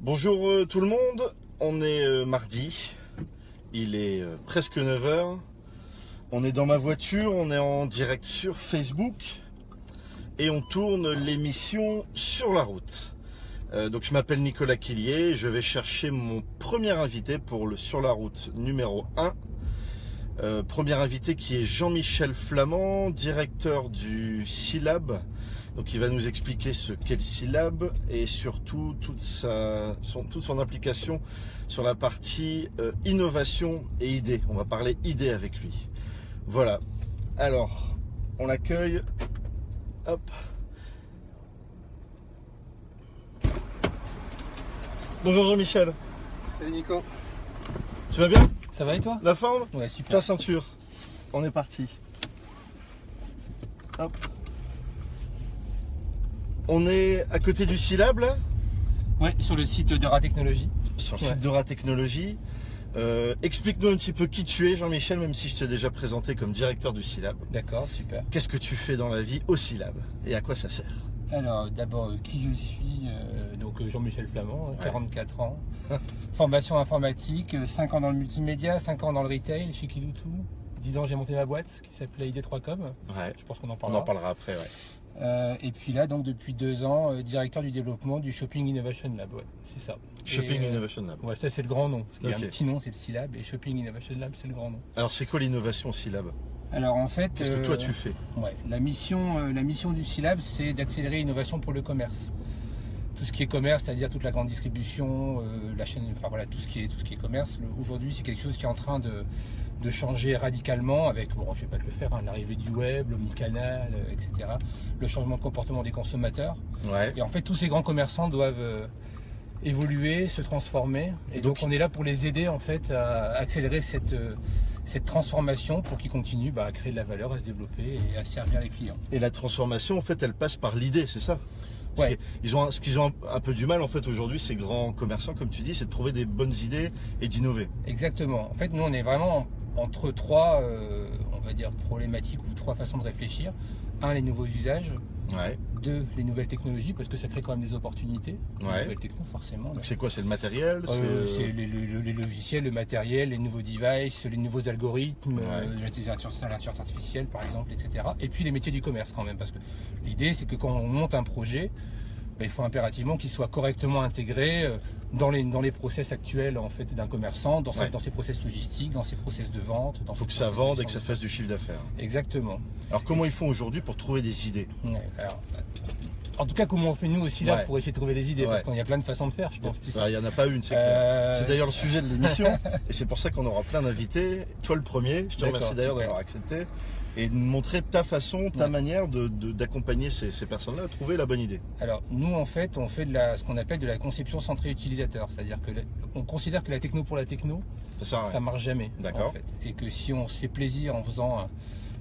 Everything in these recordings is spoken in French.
Bonjour euh, tout le monde, on est euh, mardi, il est euh, presque 9h, on est dans ma voiture, on est en direct sur Facebook et on tourne l'émission sur la route. Euh, donc je m'appelle Nicolas Quillier, je vais chercher mon premier invité pour le sur la route numéro 1. Euh, premier invité qui est Jean-Michel Flamand, directeur du SILAB, donc il va nous expliquer ce qu'est le syllabe et surtout toute, sa, son, toute son implication sur la partie euh, innovation et idée. On va parler idée avec lui. Voilà. Alors, on l'accueille. Hop. Bonjour Jean-Michel. Salut Nico. Tu vas bien Ça va et toi La forme Ouais, Ta super. ceinture. On est parti. Hop. On est à côté du syllabe là Ouais, sur le site de Ra Technologie. sur le Ouais. site d'Ora Technologie. Euh, Explique-nous un petit peu qui tu es, Jean-Michel, même si je t'ai déjà présenté comme directeur du Syllab. D'accord, super. Qu'est-ce que tu fais dans la vie au Syllab et à quoi ça sert Alors, d'abord, euh, qui je suis euh, Donc, euh, Jean-Michel Flamand, euh, Ouais. 44 ans. Formation informatique, 5 ans dans le multimédia, 5 ans dans le retail chez Kiloutou. 10 ans, j'ai monté ma boîte qui s'appelait ID3Com. Ouais, Je pense qu'on en on parlera. en parlera après. Ouais. Euh, et puis là, donc, depuis 2 ans, euh, directeur du développement du Shopping Innovation Lab. Ouais, c'est ça. Shopping Et, euh, Innovation Lab. Ouais, ça, c'est le grand nom. Parce qu'il y a Ok. un petit nom, c'est le SILAB. Et Shopping Innovation Lab, c'est le grand nom. Alors, c'est quoi l'innovation au Syllab Alors, en fait. Qu'est-ce que euh, toi tu fais Ouais, la mission, euh, la mission du SILAB, c'est d'accélérer l'innovation pour le commerce. Tout ce qui est commerce, c'est-à-dire toute la grande distribution, euh, la chaîne, enfin voilà, tout ce qui est, tout ce qui est commerce. Le- Aujourd'hui, c'est quelque chose qui est en train de, de changer radicalement avec, bon, je vais pas te le faire, hein, l'arrivée du web, l'omnicanal, euh, etc. Le changement de comportement des consommateurs. Ouais. Et en fait, tous ces grands commerçants doivent euh, évoluer, se transformer. Et Donc, donc, on est là pour les aider en fait à accélérer cette, euh, cette transformation pour qu'ils continuent bah, à créer de la valeur, à se développer et à servir les clients. Et la transformation, en fait, elle passe par l'idée, c'est ça Parce Ouais. que Ils ont, un- ce qu'ils ont un, un peu du mal, en fait, aujourd'hui, ces grands commerçants, comme tu dis, c'est de trouver des bonnes idées et d'innover. Exactement. En fait, nous, on est vraiment en- entre trois, euh, on va dire, problématiques ou trois façons de réfléchir. Un, les nouveaux usages. Ouais. Deux, les nouvelles technologies, parce que ça crée quand même des opportunités. Ouais. Les nouvelles techno, forcément. là. Donc, c'est quoi C'est le matériel Euh, c'est- c'est les, les- les logiciels, le matériel, les nouveaux devices, les nouveaux algorithmes, Ouais. euh, l'intelligence l'intelligence artificielle par exemple, etc. Et puis les métiers du commerce quand même, parce que l'idée c'est que quand on monte un projet, ben, il faut impérativement qu'il soit correctement intégré euh, dans les, dans les process actuels en fait d'un commerçant, dans, sa- Ouais. dans ses process logistiques, dans ses process de vente. Dans faut ses que ça process de vende et que ça distribution. fasse du chiffre d'affaires. Exactement. Alors comment ils font aujourd'hui pour trouver des idées Ouais, alors, en tout cas, comment on fait nous aussi là Ouais. pour essayer de trouver des idées Parce Ouais. qu'il y a plein de façons de faire, je pense. tu sais. Bah, Il n'y en a pas une, c'est clair. Euh, C'est d'ailleurs le sujet de l'émission et c'est pour ça qu'on aura plein d'invités. Toi le premier, je te D'accord, remercie d'ailleurs super. d'avoir accepté et de montrer ta façon, ta Ouais. manière de- de- d'accompagner ces, ces personnes-là à trouver la bonne idée. Alors nous en fait on fait de la, ce qu'on appelle de la conception centrée utilisateur, c'est-à-dire que la- on considère que la techno pour la techno, Ça sert à rien. ça marche jamais. Ah D'accord. en fait. Et que si on se fait plaisir en faisant un-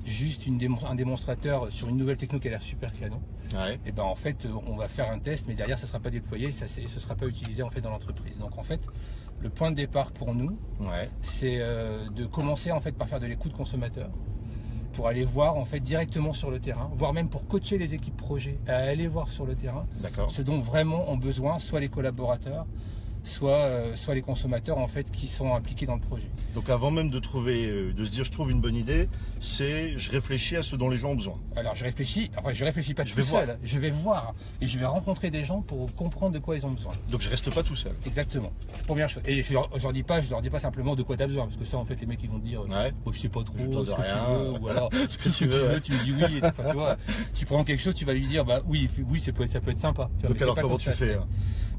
juste une démon- un démonstrateur sur une nouvelle techno qui a l'air super canon, Ouais. et ben en fait euh, on va faire un test, mais derrière ça ne sera pas déployé, et ça c'est- ce ne sera pas utilisé en fait dans l'entreprise. Donc en fait le point de départ pour nous, Ouais. c'est euh, de commencer en fait par faire de l'écoute consommateur pour aller voir en fait directement sur le terrain, voire même pour coacher les équipes projet à aller voir sur le terrain D'accord. ce dont vraiment ont besoin soit les collaborateurs, soit, euh, soit les consommateurs en fait qui sont impliqués dans le projet. Donc avant même de trouver, euh, de se dire je trouve une bonne idée, c'est je réfléchis à ce dont les gens ont besoin. Alors je réfléchis, enfin je réfléchis pas Je tout vais voir. seul, je vais voir et je vais rencontrer des gens pour comprendre de quoi ils ont besoin. Donc je reste pas tout seul. Exactement. Première chose. Et je leur, je leur dis pas, je leur dis pas simplement de quoi tu as besoin, parce que ça en fait les mecs ils vont te dire euh, Ouais. Oh, je sais pas trop Je te ce dis que rien. tu veux ou alors Ce que tu veux. ouais. tu me dis oui et tout. Enfin, tu vois, tu prends quelque chose, tu vas lui dire bah oui, oui, ça peut être, ça peut être sympa. Tu vois, mais Donc c'est alors pas comment comme tu ça, fais c'est- hein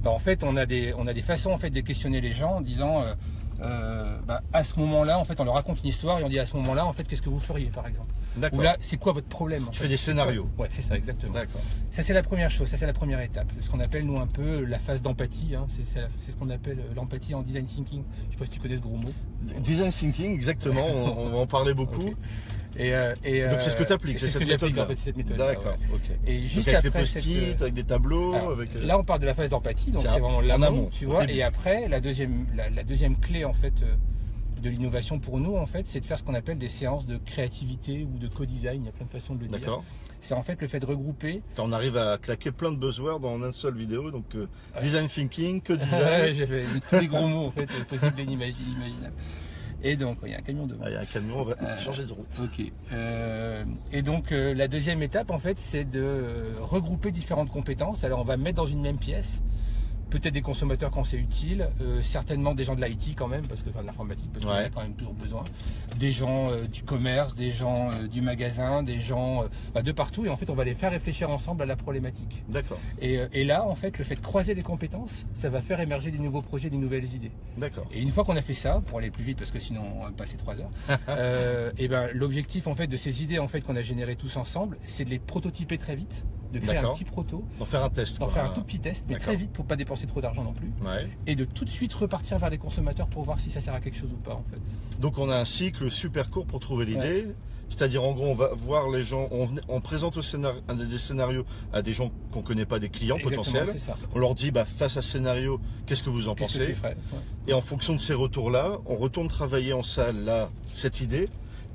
Bah, en fait, on a des, on a des façons en fait, de questionner les gens en disant euh, euh, bah, à ce moment-là, en fait, on leur raconte une histoire et on dit à ce moment-là, en fait, qu'est-ce que vous feriez par exemple Ou D'accord. là, c'est quoi votre problème en Tu fait fais des scénarios. Ouais, c'est ça, exactement. D'accord. Ça, c'est la première chose, ça, c'est la première étape. Ce qu'on appelle, nous, un peu la phase d'empathie. hein. C'est- C'est la- c'est ce qu'on appelle euh, l'empathie en design thinking. Je sais pas si tu connais ce gros mot. Design thinking, exactement. On, on va en parler beaucoup. Ok. Et, euh, et, Donc c'est ce que euh, t'appliques, et c'est ce cette que j'applique, méthode-là. en fait, c'est cette méthode. D'accord. Ok. Et juste donc avec après les cette, post-it, euh, avec des tableaux, Alors, avec. euh, Là, on parle de la phase d'empathie, donc C'est c'est en- vraiment l'amont, en amont, tu au vois. début. Et après, la deuxième, la, la deuxième clé en fait euh, de l'innovation pour nous, en fait, c'est de faire ce qu'on appelle des séances de créativité ou de co-design. Il y a plein de façons de le dire. D'accord. C'est en fait le fait de regrouper. On arrive à claquer plein de buzzwords en une seule vidéo. Donc, euh, Ouais. design thinking, que Ouais, design. J'avais mis tous les gros mots en fait euh, possibles et inimagi- imaginables. Et donc, il y a un camion devant. Ah, Il y a un camion, on va Euh, changer de route. Ok. Euh, et donc euh, la deuxième étape en fait c'est de euh, regrouper différentes compétences. Alors on va mettre dans une même pièce, peut-être des consommateurs quand c'est utile, euh, certainement des gens de l'IT quand même, parce que enfin, de l'informatique, parce qu'on en Ouais. a quand même toujours besoin, des gens euh, du commerce, des gens euh, du magasin, des gens euh, bah, de partout, et en fait on va les faire réfléchir ensemble à la problématique. D'accord, Et, euh, et là en fait le fait de croiser les compétences, ça va faire émerger des nouveaux projets, des nouvelles idées. d'accord. Et une fois qu'on a fait ça, pour aller plus vite parce que sinon on va passer trois heures, euh, et ben l'objectif en fait de ces idées en fait qu'on a générées tous ensemble, c'est de les prototyper très vite, de créer un D'accord. petit proto, On va faire un test. d'en quoi. faire un tout petit test, mais D'accord. très vite pour pas dépenser trop d'argent non plus, Ouais. et de tout de suite repartir vers les consommateurs pour voir si ça sert à quelque chose ou pas en fait. Donc on a un cycle super court pour trouver l'idée. C'est-à-dire en gros on va voir les gens, on, venait- on présente au scénar- un des des scénarios à des gens qu'on connaît pas, des clients Exactement, potentiels. c'est ça. On leur dit bah, face à ce scénario, qu'est-ce que vous en Qu'est-ce que tu pensez ferais Ouais. Et en fonction de ces retours-là, on retourne travailler en salle là cette idée,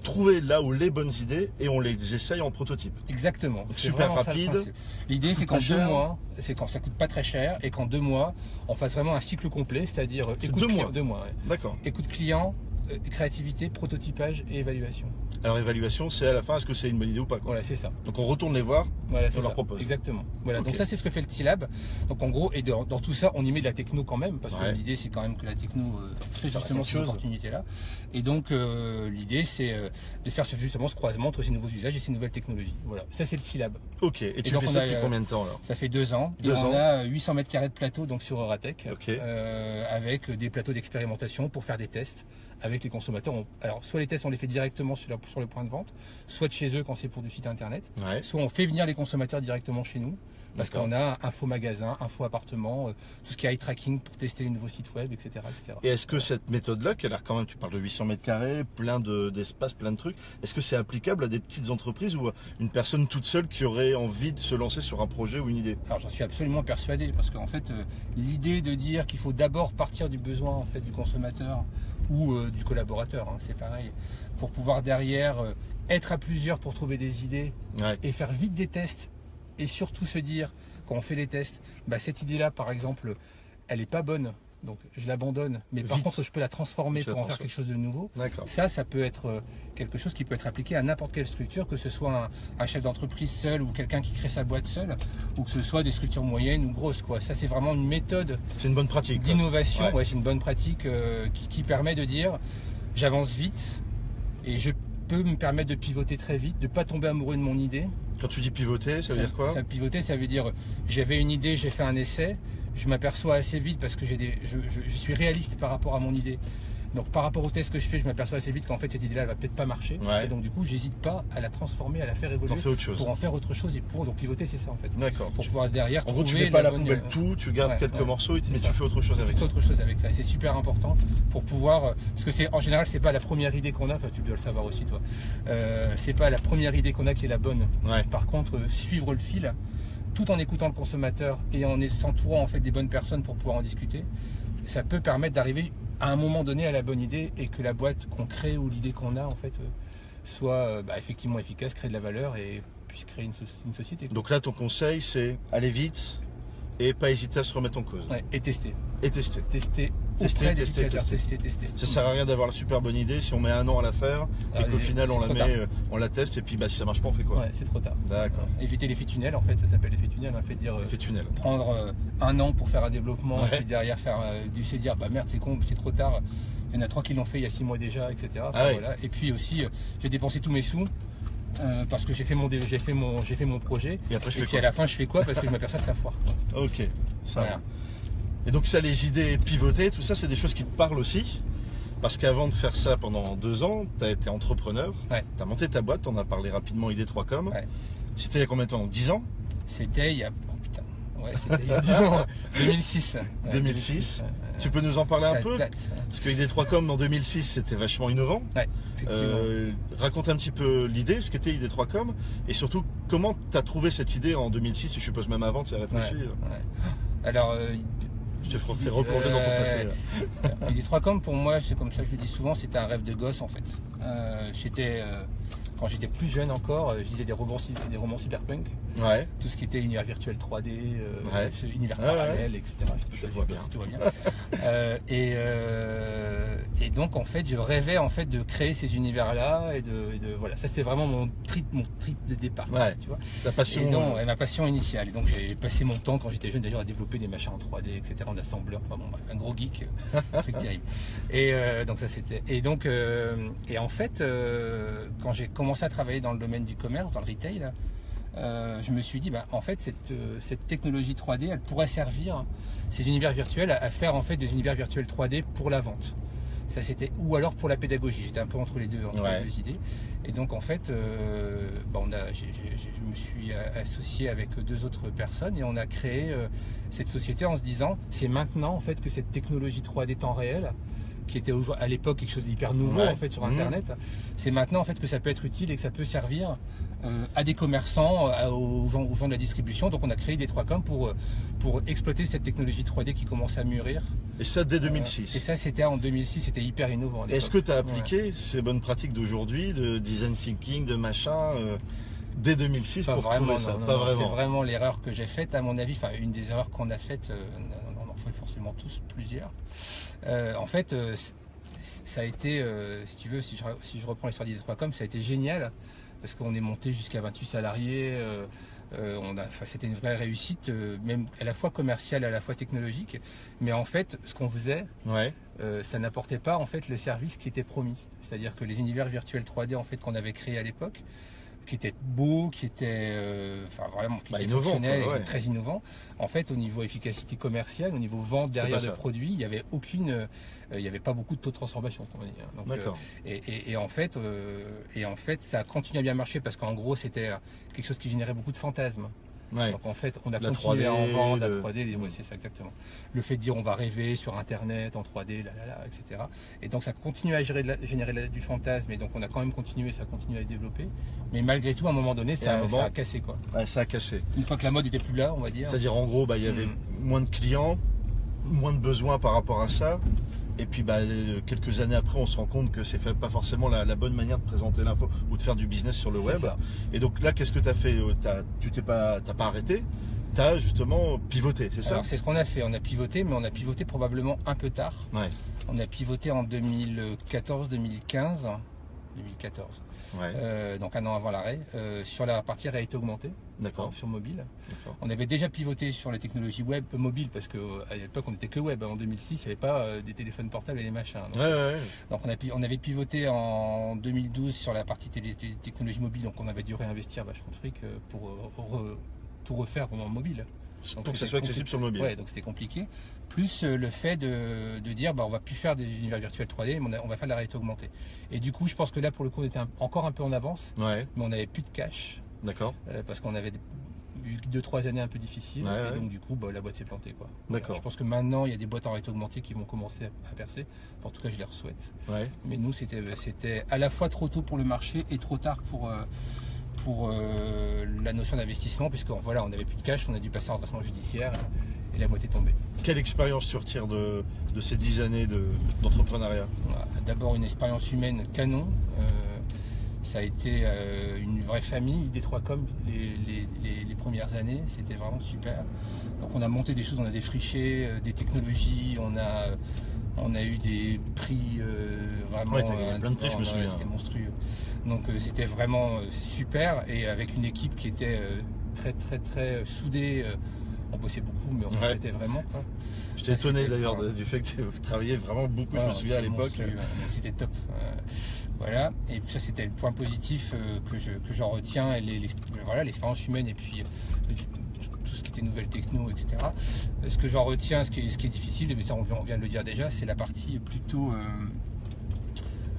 trouver là où les bonnes idées et on les essaye en prototype. Exactement. C'est Super vraiment ça le rapide. principe. L'idée, c'est Pas qu'en deux cher. mois, c'est quand ça coûte pas très cher, et qu'en deux mois, on fasse vraiment un cycle complet, c'est-à-dire euh, C'est écoute deux client- mois. deux mois ouais. D'accord. écoute client, euh, créativité, prototypage et évaluation. Alors évaluation, c'est à la fin est-ce que c'est une bonne idée ou pas quoi. Voilà, c'est ça. Donc on retourne les voir. Voilà, c'est leur ça. propose. Exactement. Voilà. Donc Ok. ça, c'est ce que fait le T-Lab. Donc en gros, et dans, dans tout ça, on y met de la techno quand même, parce que Ouais. l'idée, c'est quand même que la techno euh, fait Sert à justement quelque cette chose. opportunité-là. Et donc euh, l'idée, c'est euh, de faire ce- justement ce croisement entre ces nouveaux usages et ces nouvelles technologies. Voilà. Ça, c'est le T-Lab. Ok. Et tu donc, fais on ça a, depuis euh, combien de temps alors Ça fait deux ans. Deux et ans. on a euh, 800 mètres carrés de plateau donc sur Euratech, Ok. euh, avec des plateaux d'expérimentation pour faire des tests avec les consommateurs. On- alors soit les tests on les fait directement sur, la- sur le point de vente, soit de chez eux quand c'est pour du site internet, Ouais. soit on fait venir les consommateurs directement chez nous. Parce D'accord. qu'on a un faux magasin, un faux appartement, euh, tout ce qui est eye tracking pour tester les nouveaux sites web, etc. etc. Et est-ce que cette méthode-là, qui a l'air quand même, tu parles de 800 mètres carrés, plein de- d'espace, plein de trucs, est-ce que c'est applicable à des petites entreprises ou à une personne toute seule qui aurait envie de se lancer sur un projet ou une idée Alors j'en suis absolument persuadé parce qu'en fait euh, l'idée de dire qu'il faut d'abord partir du besoin en fait du consommateur ou euh, du collaborateur, hein, c'est pareil, pour pouvoir derrière euh, être à plusieurs pour trouver des idées Ouais, et faire vite des tests et surtout se dire quand on fait les tests, bah, cette idée-là par exemple, elle n'est pas bonne, donc je l'abandonne, mais par Vite. contre je peux la transformer Tu la pour en faire transformes. quelque chose de nouveau. d'accord. Ça, ça peut être euh, quelque chose qui peut être appliqué à n'importe quelle structure, que ce soit un, un chef d'entreprise seul ou quelqu'un qui crée sa boîte seul, ou que ce soit des structures moyennes ou grosses. Quoi. Ça, c'est vraiment une méthode C'est une bonne pratique. quoi. d'innovation, Ouais. ouais, c'est une bonne pratique euh, qui, qui permet de dire j'avance vite et je peux me permettre de pivoter très vite, de ne pas tomber amoureux de mon idée. Quand tu dis pivoter, ça veut dire quoi Ça pivoter, ça veut dire euh, j'avais une idée, j'ai fait un essai, je m'aperçois assez vite parce que j'ai des, je, je- je suis réaliste par rapport à mon idée. Donc par rapport au test que je fais, je m'aperçois assez vite qu'en fait cette idée-là, elle va peut-être pas marcher. Ouais. Et donc du coup, j'hésite pas à la transformer, à la faire T'en évoluer fais autre chose. pour en faire autre chose et pour donc pivoter, c'est ça en fait. D'accord. Pour Tu- pouvoir derrière En gros, tu trouver mets pas à la bonne, poubelle euh, tout, tu gardes ouais, quelques ouais. morceaux, et- C'est mais ça. tu fais autre chose avec c'est ça. autre chose avec ça, c'est super important pour pouvoir, euh, parce que c'est en général c'est pas la première idée qu'on a, enfin, tu dois le savoir aussi toi, Euh, c'est pas la première idée qu'on a qui est la bonne, Ouais. par contre, euh, suivre le fil, tout en écoutant le consommateur et en est- s'entourant en fait des bonnes personnes pour pouvoir en discuter, ça peut permettre d'arriver à un moment donné à la bonne idée et que la boîte qu'on crée ou l'idée qu'on a en fait euh, soit euh, bah, effectivement efficace, crée de la valeur et puisse créer une, so- une société. quoi. Donc là, ton conseil, c'est aller vite et pas hésiter à se remettre en cause Ouais, et tester, et tester. tester, Tester, auprès des tester, utilisateurs. tester, tester. Ça sert à rien d'avoir la super bonne idée si on met un an à la faire et Ah, qu'au mais final on la c'est trop met, tard. euh, on la teste et puis bah, si ça marche pas, on fait quoi Ouais, c'est trop tard. D'accord. Ouais. Éviter l'effet tunnel en fait, ça s'appelle l'effet tunnel, hein, fait dire euh, Effet tunnel. prendre euh, un an pour faire un développement Ouais. et puis derrière faire euh, du se dire bah merde c'est con c'est trop tard il y en a trois qui l'ont fait il y a six mois déjà etc Enfin, Ah ouais. voilà. et puis aussi euh, j'ai dépensé tous mes sous euh, parce que j'ai fait mon dé- j'ai fait mon j'ai fait mon projet Et après, je et fais puis à quoi la fin je fais quoi parce que je m'aperçois que ça foire quoi. Ok, ça Voilà. va. Et donc ça, les idées pivotées, tout ça, c'est des choses qui te parlent aussi. Parce qu'avant de faire ça pendant deux ans, tu as été entrepreneur, Ouais. tu as monté ta boîte, on a parlé rapidement ID3Com. Ouais. C'était il y a combien de temps Dix ans c'était il y a oh, putain ouais c'était il y a 10 ans 2006 Ouais, 2006. ouais, ouais. Tu peux nous en parler Ça un peu date, hein, ouais. Parce que ID3Com en 2006, c'était vachement innovant. Effectivement. Euh, raconte un petit peu l'idée, ce qu'était ID3Com, et surtout comment tu as trouvé cette idée en 2006, et je suppose même avant, tu y as réfléchi. alors euh, Je te fais replonger dans ton Euh, passé. là. Et les trois camps, pour moi, c'est comme ça que je le dis souvent, c'était un rêve de gosse en fait. Euh, J'étais euh, quand j'étais plus jeune encore, euh, je lisais des romans, cy- des romans cyberpunk, Ouais. tout ce qui était univers virtuel 3D, euh, Ouais. ce univers Ouais, ouais. parallèle, etc. Je vois bien. Tout va bien. Euh, et, euh, et donc en fait, je rêvais en fait de créer ces univers-là et de, et de- voilà, ça c'était vraiment mon trip, mon trip de départ. Ouais. Tu vois. Ta passion. Et donc, euh, et ma passion initiale. Et donc j'ai passé mon temps quand j'étais jeune d'ailleurs à développer des machins en 3D, etc. en assembleur. Enfin bon, bref, un gros geek, un truc terrible. Et euh, donc ça c'était. Et donc euh, et en fait, euh, quand j'ai commencé à travailler dans le domaine du commerce, dans le retail, là, euh, je me suis dit, bah, en fait, cette, euh, cette technologie 3D, elle pourrait servir ces univers virtuels à, à faire en fait des univers virtuels 3D pour la vente. Ça c'était ou alors pour la pédagogie. J'étais un peu entre les deux, entre Ouais. les deux idées. Et donc en fait, euh, bah, on a, j'ai- j'ai- j'ai- je me suis a- associé avec deux autres personnes et on a créé euh, cette société en se disant, c'est maintenant en fait que cette technologie 3D temps réel qui était au- à l'époque quelque chose d'hyper nouveau Ouais. en fait sur Mhm. internet, c'est maintenant en fait que ça peut être utile et que ça peut servir euh, à des commerçants, à- aux, gens, aux gens de la distribution. Donc on a créé des 3COM pour, euh, pour exploiter cette technologie 3D qui commence à mûrir. Et ça dès Euh, Et 2006. ça c'était en 2006, c'était hyper innovant. à l'époque. Est-ce que tu as appliqué ces bonnes pratiques d'aujourd'hui, de design thinking, de machin, euh, dès 2006 Pas pour vraiment, trouver ça non, non, Pas non, vraiment. C'est vraiment l'erreur que j'ai faite, à mon avis, enfin une des erreurs qu'on a faites, euh, on en- on en fait forcément tous plusieurs. Euh, en fait, euh, c- ça a été, euh, si tu veux, si je, re- si je reprends l'histoire des 3com, ça a été génial parce qu'on est monté jusqu'à 28 salariés. euh, euh, on a, enfin, c'était une vraie réussite, euh, même à la fois commerciale, à la fois technologique. Mais en fait, ce qu'on faisait, Ouais. euh, ça n'apportait pas en fait le service qui était promis. C'est-à-dire que les univers virtuels 3D en fait qu'on avait créés à l'époque, qui étaient beaux, qui étaient euh, enfin vraiment qui Bah, étaient innovants, fonctionnels quoi, et ouais. très innovants. En fait, au niveau efficacité commerciale, au niveau vente C'était derrière pas le ça. produit, il n'y avait aucune, euh, il n'y avait pas beaucoup de taux de transformation. comme on dit, hein. Donc, euh, D'accord. et, et- et en fait, euh, et en fait, ça a continué à bien marcher parce qu'en gros, c'était euh, quelque chose qui générait beaucoup de fantasmes. Ouais. Donc en fait, on a La continué 3D, à en vendre la le- 3D, les- ouais, c'est ça exactement. Le fait de dire on va rêver sur Internet en 3D, là, là, là, etc. Et donc ça continue à gérer de la- générer de la- du fantasme, et donc on a quand même continué, ça continue à se développer. Mais malgré tout, à un moment donné, Et à ça, un ça moment- a cassé quoi. Ouais, ça a cassé. Une fois que la mode était plus là, on va dire. C'est-à-dire en gros, bah, il y avait Mm. moins de clients, moins de besoins par rapport à ça. Et puis bah, euh, quelques années après, on se rend compte que c'est fait- pas forcément la, la bonne manière de présenter l'info ou de faire du business sur le C'est web. ça. Et donc là, qu'est-ce que tu as fait Euh, t'as- Tu t'es pas, t'as pas arrêté, tu as justement pivoté, c'est ça Alors c'est ce qu'on a fait, on a pivoté, mais on a pivoté probablement un peu tard. Ouais. On a pivoté en 2014-2015. 2014, Ouais, euh, donc un an avant l'arrêt, euh, sur la partie réalité augmentée, d'accord. sur mobile. d'accord. On avait déjà pivoté sur les technologies web euh, mobiles parce qu'à l'époque on n'était que web. hein. En 2006, il n'y avait pas euh, des téléphones portables et des machins. Donc, Ouais, ouais, donc on, a pi- on avait pivoté en 2012 sur la partie télé- té- technologie mobile. Donc on avait dû réinvestir vachement de fric euh, pour euh, re- tout refaire en mobile. ouais. Donc, Pour que ça c'était soit accessible sur le mobile. Ouais, donc c'était compliqué. Plus euh, le fait de, de dire, bah, on va plus faire des univers virtuels 3D, mais on, a- on va faire de la réalité augmentée. Et du coup, je pense que là, pour le coup, on était un- encore un peu en avance, Ouais, mais on n'avait plus de cash. d'accord. Euh, parce qu'on avait des- eu deux trois années un peu difficiles Ouais, et ouais. donc du coup bah, la boîte s'est plantée quoi. D'accord. Je pense que maintenant il y a des boîtes en réalité augmentée qui vont commencer à- à percer. En tout cas je leur souhaite. Ouais. Mais nous c'était euh, c'était à la fois trop tôt pour le marché et trop tard pour euh, pour euh, la notion d'investissement puisque voilà on n'avait plus de cash, on a dû passer en redressement judiciaire et la boîte est tombée. Quelle expérience tu retires de, de ces dix années de- d'entrepreneuriat Voilà. Euh, D'abord une expérience humaine canon. Euh, ça a été euh, une vraie famille, des 3 com les, les- les- les premières années, c'était vraiment super. Donc on a monté des choses, on a défriché euh, des technologies, on a, on a eu des prix euh, vraiment. Ouais, t'as gagné plein de prix, je me ouais, souviens. C'était monstrueux. Donc euh, c'était vraiment euh, super et avec une équipe qui était euh, très très très euh, soudée. euh, on bossait beaucoup, mais on Ouais. s'arrêtait vraiment. quoi. J'étais étonné c'était- d'ailleurs de- du fait que tu travaillais vraiment beaucoup, je me Voilà, souviens à Ah, c'est l'époque. monstrueux, ouais. C'était top. Euh, voilà. Et puis ça, c'était le point positif euh, que je- que j'en retiens. Et les- les- voilà, l'expérience humaine et puis euh, tout ce qui était nouvelle techno, etc. Euh, Ce que j'en retiens, ce qui, est, ce qui est difficile, mais ça, on vient, on vient de le dire déjà, c'est la partie plutôt. euh,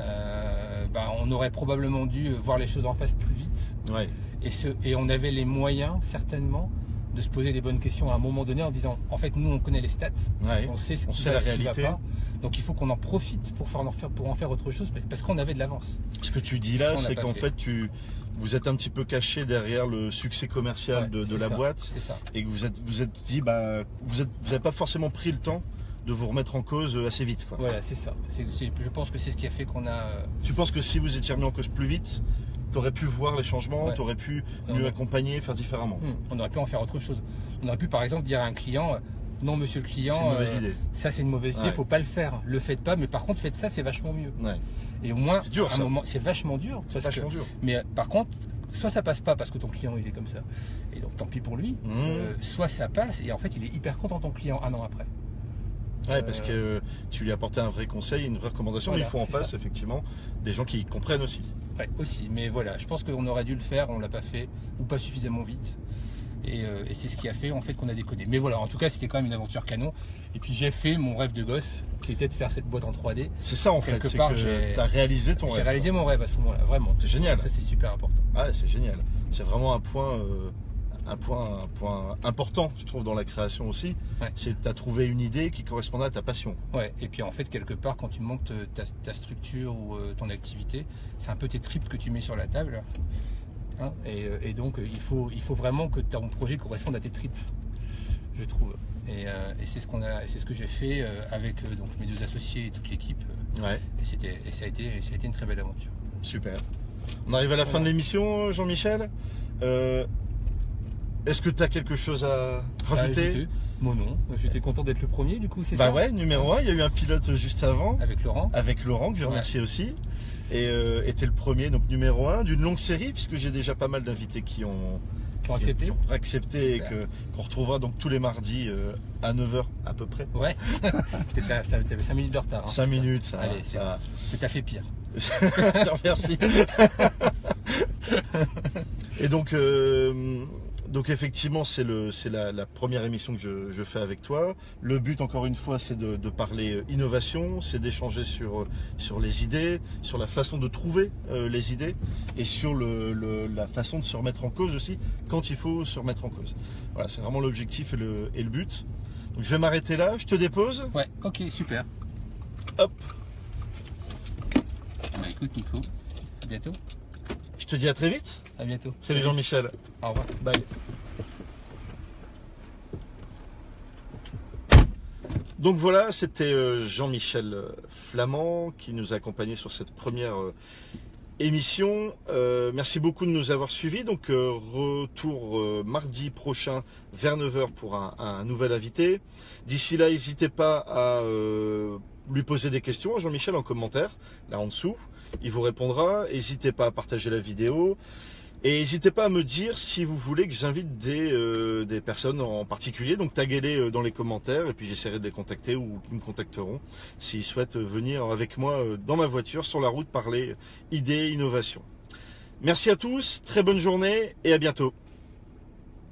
euh, bah, on aurait probablement dû voir les choses en face plus vite. euh, Ouais, Et, ce- et on avait les moyens, certainement, de se poser les bonnes questions à un moment donné en disant en fait, nous, on connaît les stats. ouais. On sait ce On qui sait va, la ce qui va réalité. pas. Donc il faut qu'on en profite pour, faire, en faire, pour en faire autre chose mais- parce qu'on avait de l'avance. Ce que tu dis Ça, là, on l'a c'est pas qu'en fait. fait, tu, vous êtes un petit peu caché derrière le succès commercial Ouais, de, de c'est la ça, boîte C'est ça. et que vous êtes, vous êtes dit, bah, vous n'avez vous avez pas forcément pris le temps de vous remettre en cause euh, assez vite. Quoi. Voilà, c'est ça. C'est- c'est- je pense que c'est ce qui a fait qu'on a. euh, Tu penses que si vous étiez remis en cause plus vite, tu aurais pu voir les changements, Ouais. tu aurais pu Ouais, mieux ouais. accompagner, faire différemment. Hmm, On aurait pu en faire autre chose. On aurait pu par exemple dire à un client, euh, non monsieur le C'est client, une mauvaise euh, idée. ça c'est une mauvaise idée, Ouais. faut pas le faire. Le faites pas, mais par contre faites ça, c'est vachement mieux. Ouais. Et au moins, C'est dur, à un ça. moment, c'est vachement dur. parce Vachement que- dur. mais euh, par contre, soit ça passe pas parce que ton client il est comme ça, et donc tant pis pour lui. Mmh. euh, soit ça passe et en fait il est hyper content ton client un an après. Ouais, parce euh, que euh, tu lui as apporté un vrai conseil, une vraie recommandation, mais il voilà, faut en c'est face, effectivement, des gens qui comprennent aussi. Ouais, aussi. Mais voilà, je pense qu'on aurait dû le faire, on l'a pas fait, ou pas suffisamment vite. Et, euh, et c'est ce qui a fait en fait qu'on a déconné. Mais voilà, en tout cas, c'était quand même une aventure canon. Et puis j'ai fait mon rêve de gosse, qui était de faire cette boîte en 3D. C'est ça, en fait, Quelque c'est part, que j'ai- tu as réalisé ton j'ai rêve. Ah bah. réalisé mon rêve à ce moment-là, vraiment. C'est génial. Ça c'est super important. Ouais, Ah, c'est génial. C'est vraiment un point, euh, un point, un point important, je trouve, dans la création aussi. Ouais. C'est t'as trouvé une idée qui correspondait à ta passion. Ouais. Et puis en fait, quelque part, quand tu montes euh, ta, ta structure ou euh, ton activité, c'est un peu tes tripes que tu mets sur la table. hein. et, euh, et donc euh, il faut, il faut vraiment que ton projet corresponde à tes tripes, je trouve. Et, euh, et c'est ce qu'on a, et c'est ce que j'ai fait euh, avec euh, donc mes deux associés et toute l'équipe. euh, Ouais, Et c'était, et ça a été, ça a été une très belle aventure. super. On arrive à la fin Voilà. de l'émission, Jean-Michel. Euh, Est-ce que tu as quelque chose à rajouter Ajouter Bah, Mon nom. J'étais content d'être le premier, du coup, c'est Bah ça. ouais, numéro 1, il y a eu un pilote juste avant, Avec Laurent. avec Laurent, que je Ouais. remercie aussi. Et euh, était le premier, donc numéro 1, d'une longue série, puisque j'ai déjà pas mal d'invités qui ont Pour qui- qui accepter. ont accepté et Super. que- qu'on retrouvera donc tous les mardis euh, à 9h à peu près. Ouais. T'étais à- ça- T'avais 5 minutes de retard. hein, 5 c'est ça. minutes, ça. Allez, c'est ça. Mais t'as fait pire. Je te remercie. Et donc, euh, donc effectivement, c'est le, c'est la, la première émission que je, je fais avec toi. Le but, encore une fois, c'est de, de parler euh, innovation, c'est d'échanger sur, euh, sur les idées, sur la façon de trouver euh, les idées et sur le, le- la façon de se remettre en cause aussi quand il faut se remettre en cause. Voilà, c'est vraiment l'objectif et le, et le but. Donc, je vais m'arrêter là. Je te dépose. Ouais. Ok, super. Hop. Bah écoute, Nico. À bientôt. Je te dis à très vite. À bientôt. Salut Jean-Michel. Au revoir. Bye. Donc voilà, c'était euh, Jean-Michel euh, Flamand qui nous a accompagnés sur cette première euh, émission. Euh, merci beaucoup de nous avoir suivis. Donc euh, retour euh, mardi prochain vers 9h pour un, un nouvel invité. D'ici là, n'hésitez pas à euh, lui poser des questions à Jean-Michel en commentaire, là en dessous. Il vous répondra. N'hésitez pas à partager la vidéo. Et n'hésitez pas à me dire si vous voulez que j'invite des, euh, des personnes en particulier. Donc taguez-les euh, dans les commentaires et puis j'essaierai de les contacter ou ils me contacteront s'ils souhaitent euh, venir avec moi euh, dans ma voiture sur la route parler idées, innovation. Merci à tous, très bonne journée et à bientôt.